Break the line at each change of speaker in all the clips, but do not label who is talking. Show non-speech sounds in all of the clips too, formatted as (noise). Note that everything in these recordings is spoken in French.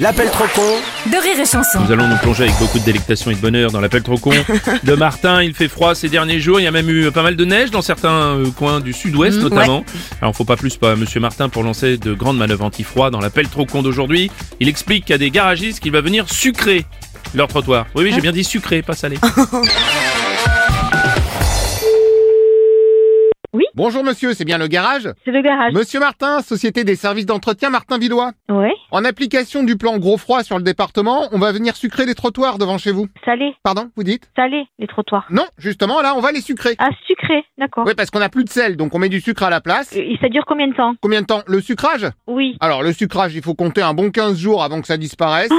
L'appel trop con
de rire et chanson.
Nous allons nous plonger avec beaucoup de délectation et de bonheur dans l'appel trop con de Martin. Il fait froid ces derniers jours. Il y a même eu pas mal de neige dans certains euh, coins du sud-ouest
Mmh,
notamment. Alors faut pas plus pas Monsieur Martin pour lancer de grandes manœuvres anti-froid dans l'appel trop con d'aujourd'hui. Il explique à des garagistes qu'il va venir sucrer leur trottoir. Oui oui j'ai bien dit sucré pas salé.
Bonjour monsieur, c'est bien le garage
C'est le garage.
Monsieur Martin, Société des services d'entretien Martin Villois.
Ouais,
En application du plan gros froid sur le département, on va venir sucrer les trottoirs devant chez vous.
salé,
Pardon, vous dites
salé, les trottoirs.
Non, justement là, on va les sucrer.
Ah, sucré, d'accord.
Oui, parce qu'on n'a plus de sel, donc on met du sucre à la place.
Euh, Ça dure combien de temps
Combien de temps Le sucrage
Oui,
Alors le sucrage, il faut compter un bon 15 jours avant que ça disparaisse.
15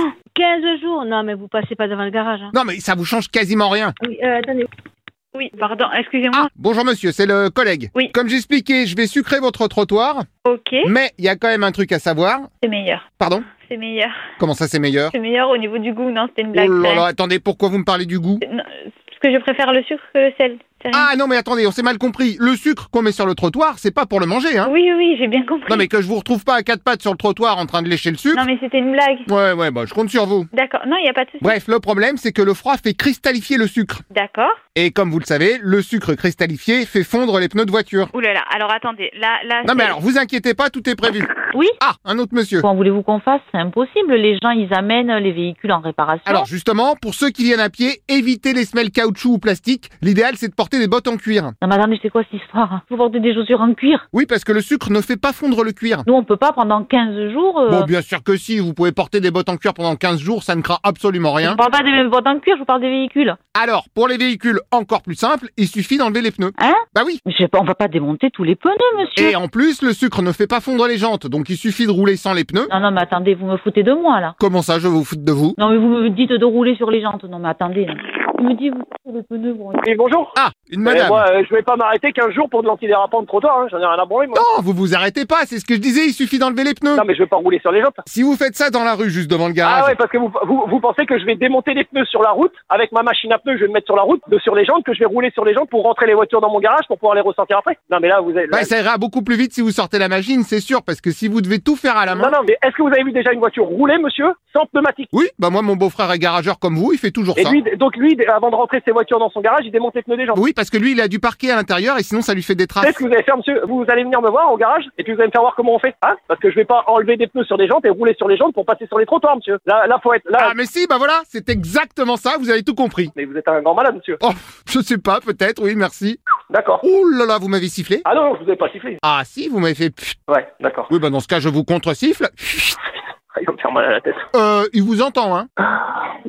jours. Non, mais vous passez pas devant le garage. hein.
Non mais ça vous change quasiment rien.
Oui, euh, attendez. Oui, pardon, excusez-moi.
Ah, bonjour monsieur, c'est le collègue.
Oui.
Comme j'expliquais, je vais sucrer votre trottoir,
Ok,
mais il y a quand même un truc à savoir.
C'est meilleur.
Pardon
C'est meilleur.
Comment ça c'est meilleur
C'est meilleur au niveau du goût. Non, c'était
Oh
une blague.
là
c'est
là,
rien.
attendez, pourquoi vous me parlez du goût
C'est- non, parce que je préfère le sucre que le sel. C'est rien.
Ah non mais attendez, on s'est mal compris. Le sucre qu'on met sur le trottoir, c'est pas pour le manger, hein
oui, oui, oui, j'ai bien compris.
Non mais que je vous retrouve pas à quatre pattes sur le trottoir en train de lécher le sucre.
Non, mais c'était une blague.
Ouais ouais, bah je compte sur vous.
D'accord. Non, il n'y a pas de souci.
Bref, le problème c'est que le froid fait cristallifier le sucre.
D'accord.
Et comme vous le savez, le sucre cristallifié fait fondre les pneus de voiture.
Ouh là là. Alors attendez. Là, là.
Non mais
c'est-
alors, vous inquiétez pas, tout est prévu.
Oui.
Ah, un autre monsieur.
Quand voulez-vous qu'on fasse C'est impossible. Les gens, ils amènent les véhicules en réparation.
Alors justement, pour ceux qui viennent à pied, évitez les semelles caoutchouc ou plastique. L'idéal c'est de porter des bottes en cuir.
Non, mais attendez, c'est quoi cette histoire Vous portez des chaussures en cuir
Oui, parce que le sucre ne fait pas fondre le cuir.
Nous, on peut pas pendant 15 jours. euh,
Bon,
ben,
bien sûr que si, vous pouvez porter des bottes en cuir pendant 15 jours, ça ne craint absolument
Je
rien.
ne parle pas des mêmes boîtes en cuir, je vous parle des véhicules.
Alors, pour les véhicules encore plus simples, il suffit d'enlever les pneus.
Hein
Bah oui.
Mais je sais pas, on va pas démonter tous les pneus, monsieur.
Et en plus, le sucre ne fait pas fondre les jantes, donc il suffit de rouler sans les pneus.
Non, non, mais attendez, vous me foutez de moi, là.
Comment ça, je vous fous de vous
Non, mais vous me dites de rouler sur les jantes. Non, mais attendez. là. Vous me dites, vous foutez de pneus, vous.
Oui, bonjour.
Ah, une
Eh,
madame.
moi, euh, je vais pas m'arrêter 15 jours pour de l'antidérapant de trottoir, hein. j'en ai rien à branler, moi.
Non, Oh, vous vous arrêtez pas, c'est ce que je disais, il suffit d'enlever les pneus.
Non, mais je vais pas rouler sur les jantes.
Si vous faites ça dans la rue, juste devant le garage.
Ah ouais, parce que vous, vous, vous pensez que je vais démonter les pneus sur la route, avec ma machine à pneus, je vais me mettre sur la route, de sur les jantes, que je vais rouler sur les jantes pour rentrer les voitures dans mon garage pour pouvoir les ressortir après. Non, mais là, vous avez... là-
Bah, ça ira beaucoup plus vite si vous sortez la machine, c'est sûr, parce que si vous devez tout faire à la main.
non, non, mais est-ce que vous avez vu déjà une voiture rouler, monsieur, sans pneumatique
Oui, bah moi, mon beau-frère est garageur comme vous, il fait toujours
Et
ça.
lui, donc lui, avant de rentrer ses voitures dans son garage, il démonte les pneus des gens.
Oui, parce que lui, il a du parquet à l'intérieur et sinon, ça lui fait des
Vous savez
traces.
ce que vous allez faire, monsieur Vous allez venir me voir au garage et puis vous allez me faire voir comment on fait, hein Parce que je vais pas enlever des pneus sur les jantes et rouler sur les jantes pour passer sur les trottoirs, monsieur. Là, là, faut être... Là,
Ah, mais si, bah voilà, c'est exactement ça, vous avez tout compris.
mais vous êtes un grand malade, monsieur.
Oh, je sais pas, peut-être, oui, merci.
D'accord.
Oh là là, vous m'avez sifflé
Ah non, non, je vous ai pas sifflé.
Ah si, vous m'avez fait... pfft.
Ouais, d'accord.
Oui, bah dans ce cas, je vous contre-siffle. Pfft.
Il va me faire mal à la tête.
Euh, il vous entend, hein.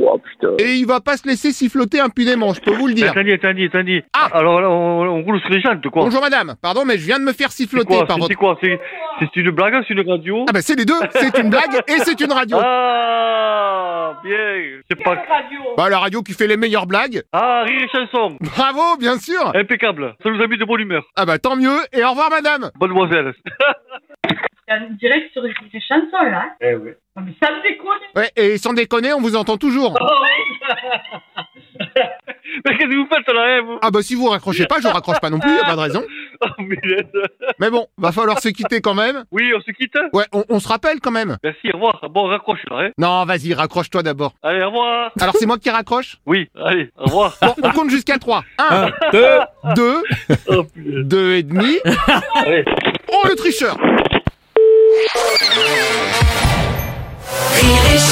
Oh putain.
Et il va pas se laisser siffloter impunément, je peux vous le dire.
Attendez, attendez, attendez.
Ah.
Alors là, on, on roule sur les jantes, quoi.
Bonjour madame, pardon, mais je viens de me faire
C'est
siffloter
quoi
par
C'est-
votre...
C'est quoi C'est c'est une blague C'est une radio
Ah bah c'est les deux, c'est une
(laughs)
blague et c'est une radio.
Ah, bien. C'est pas.
Bah la radio qui fait les meilleures blagues.
Ah, rire et chanson.
Bravo, bien sûr.
Eh. Impeccable. Ça nous a mis de bonne humeur.
Ah bah tant mieux et au revoir madame.
Mademoiselle. (laughs)
direct sur les chansons, là.
Eh oui.
Non, mais ça me déconne.
Ouais, et sans déconner, on vous entend toujours.
Ah. Mais qu'est-ce que vous faites là, hein, vous (laughs)
Ah bah si vous raccrochez pas, je raccroche pas non plus, y a pas de raison.
Oh, punaise.
Mais bon, va falloir se quitter quand même.
Oui, on se quitte
Ouais, on, on se rappelle quand même.
Merci, au revoir. Bon, raccroche là, hein.
Non, vas-y, raccroche-toi d'abord.
Allez, au revoir.
Alors c'est moi qui raccroche
Oui, allez, au (laughs) revoir.
Bon, on compte jusqu'à 3. 1,
Ah, euh,
2,
(laughs) Oh, punaise.
2 et demi.
Allez.
Oh le tricheur
Rire et chanson.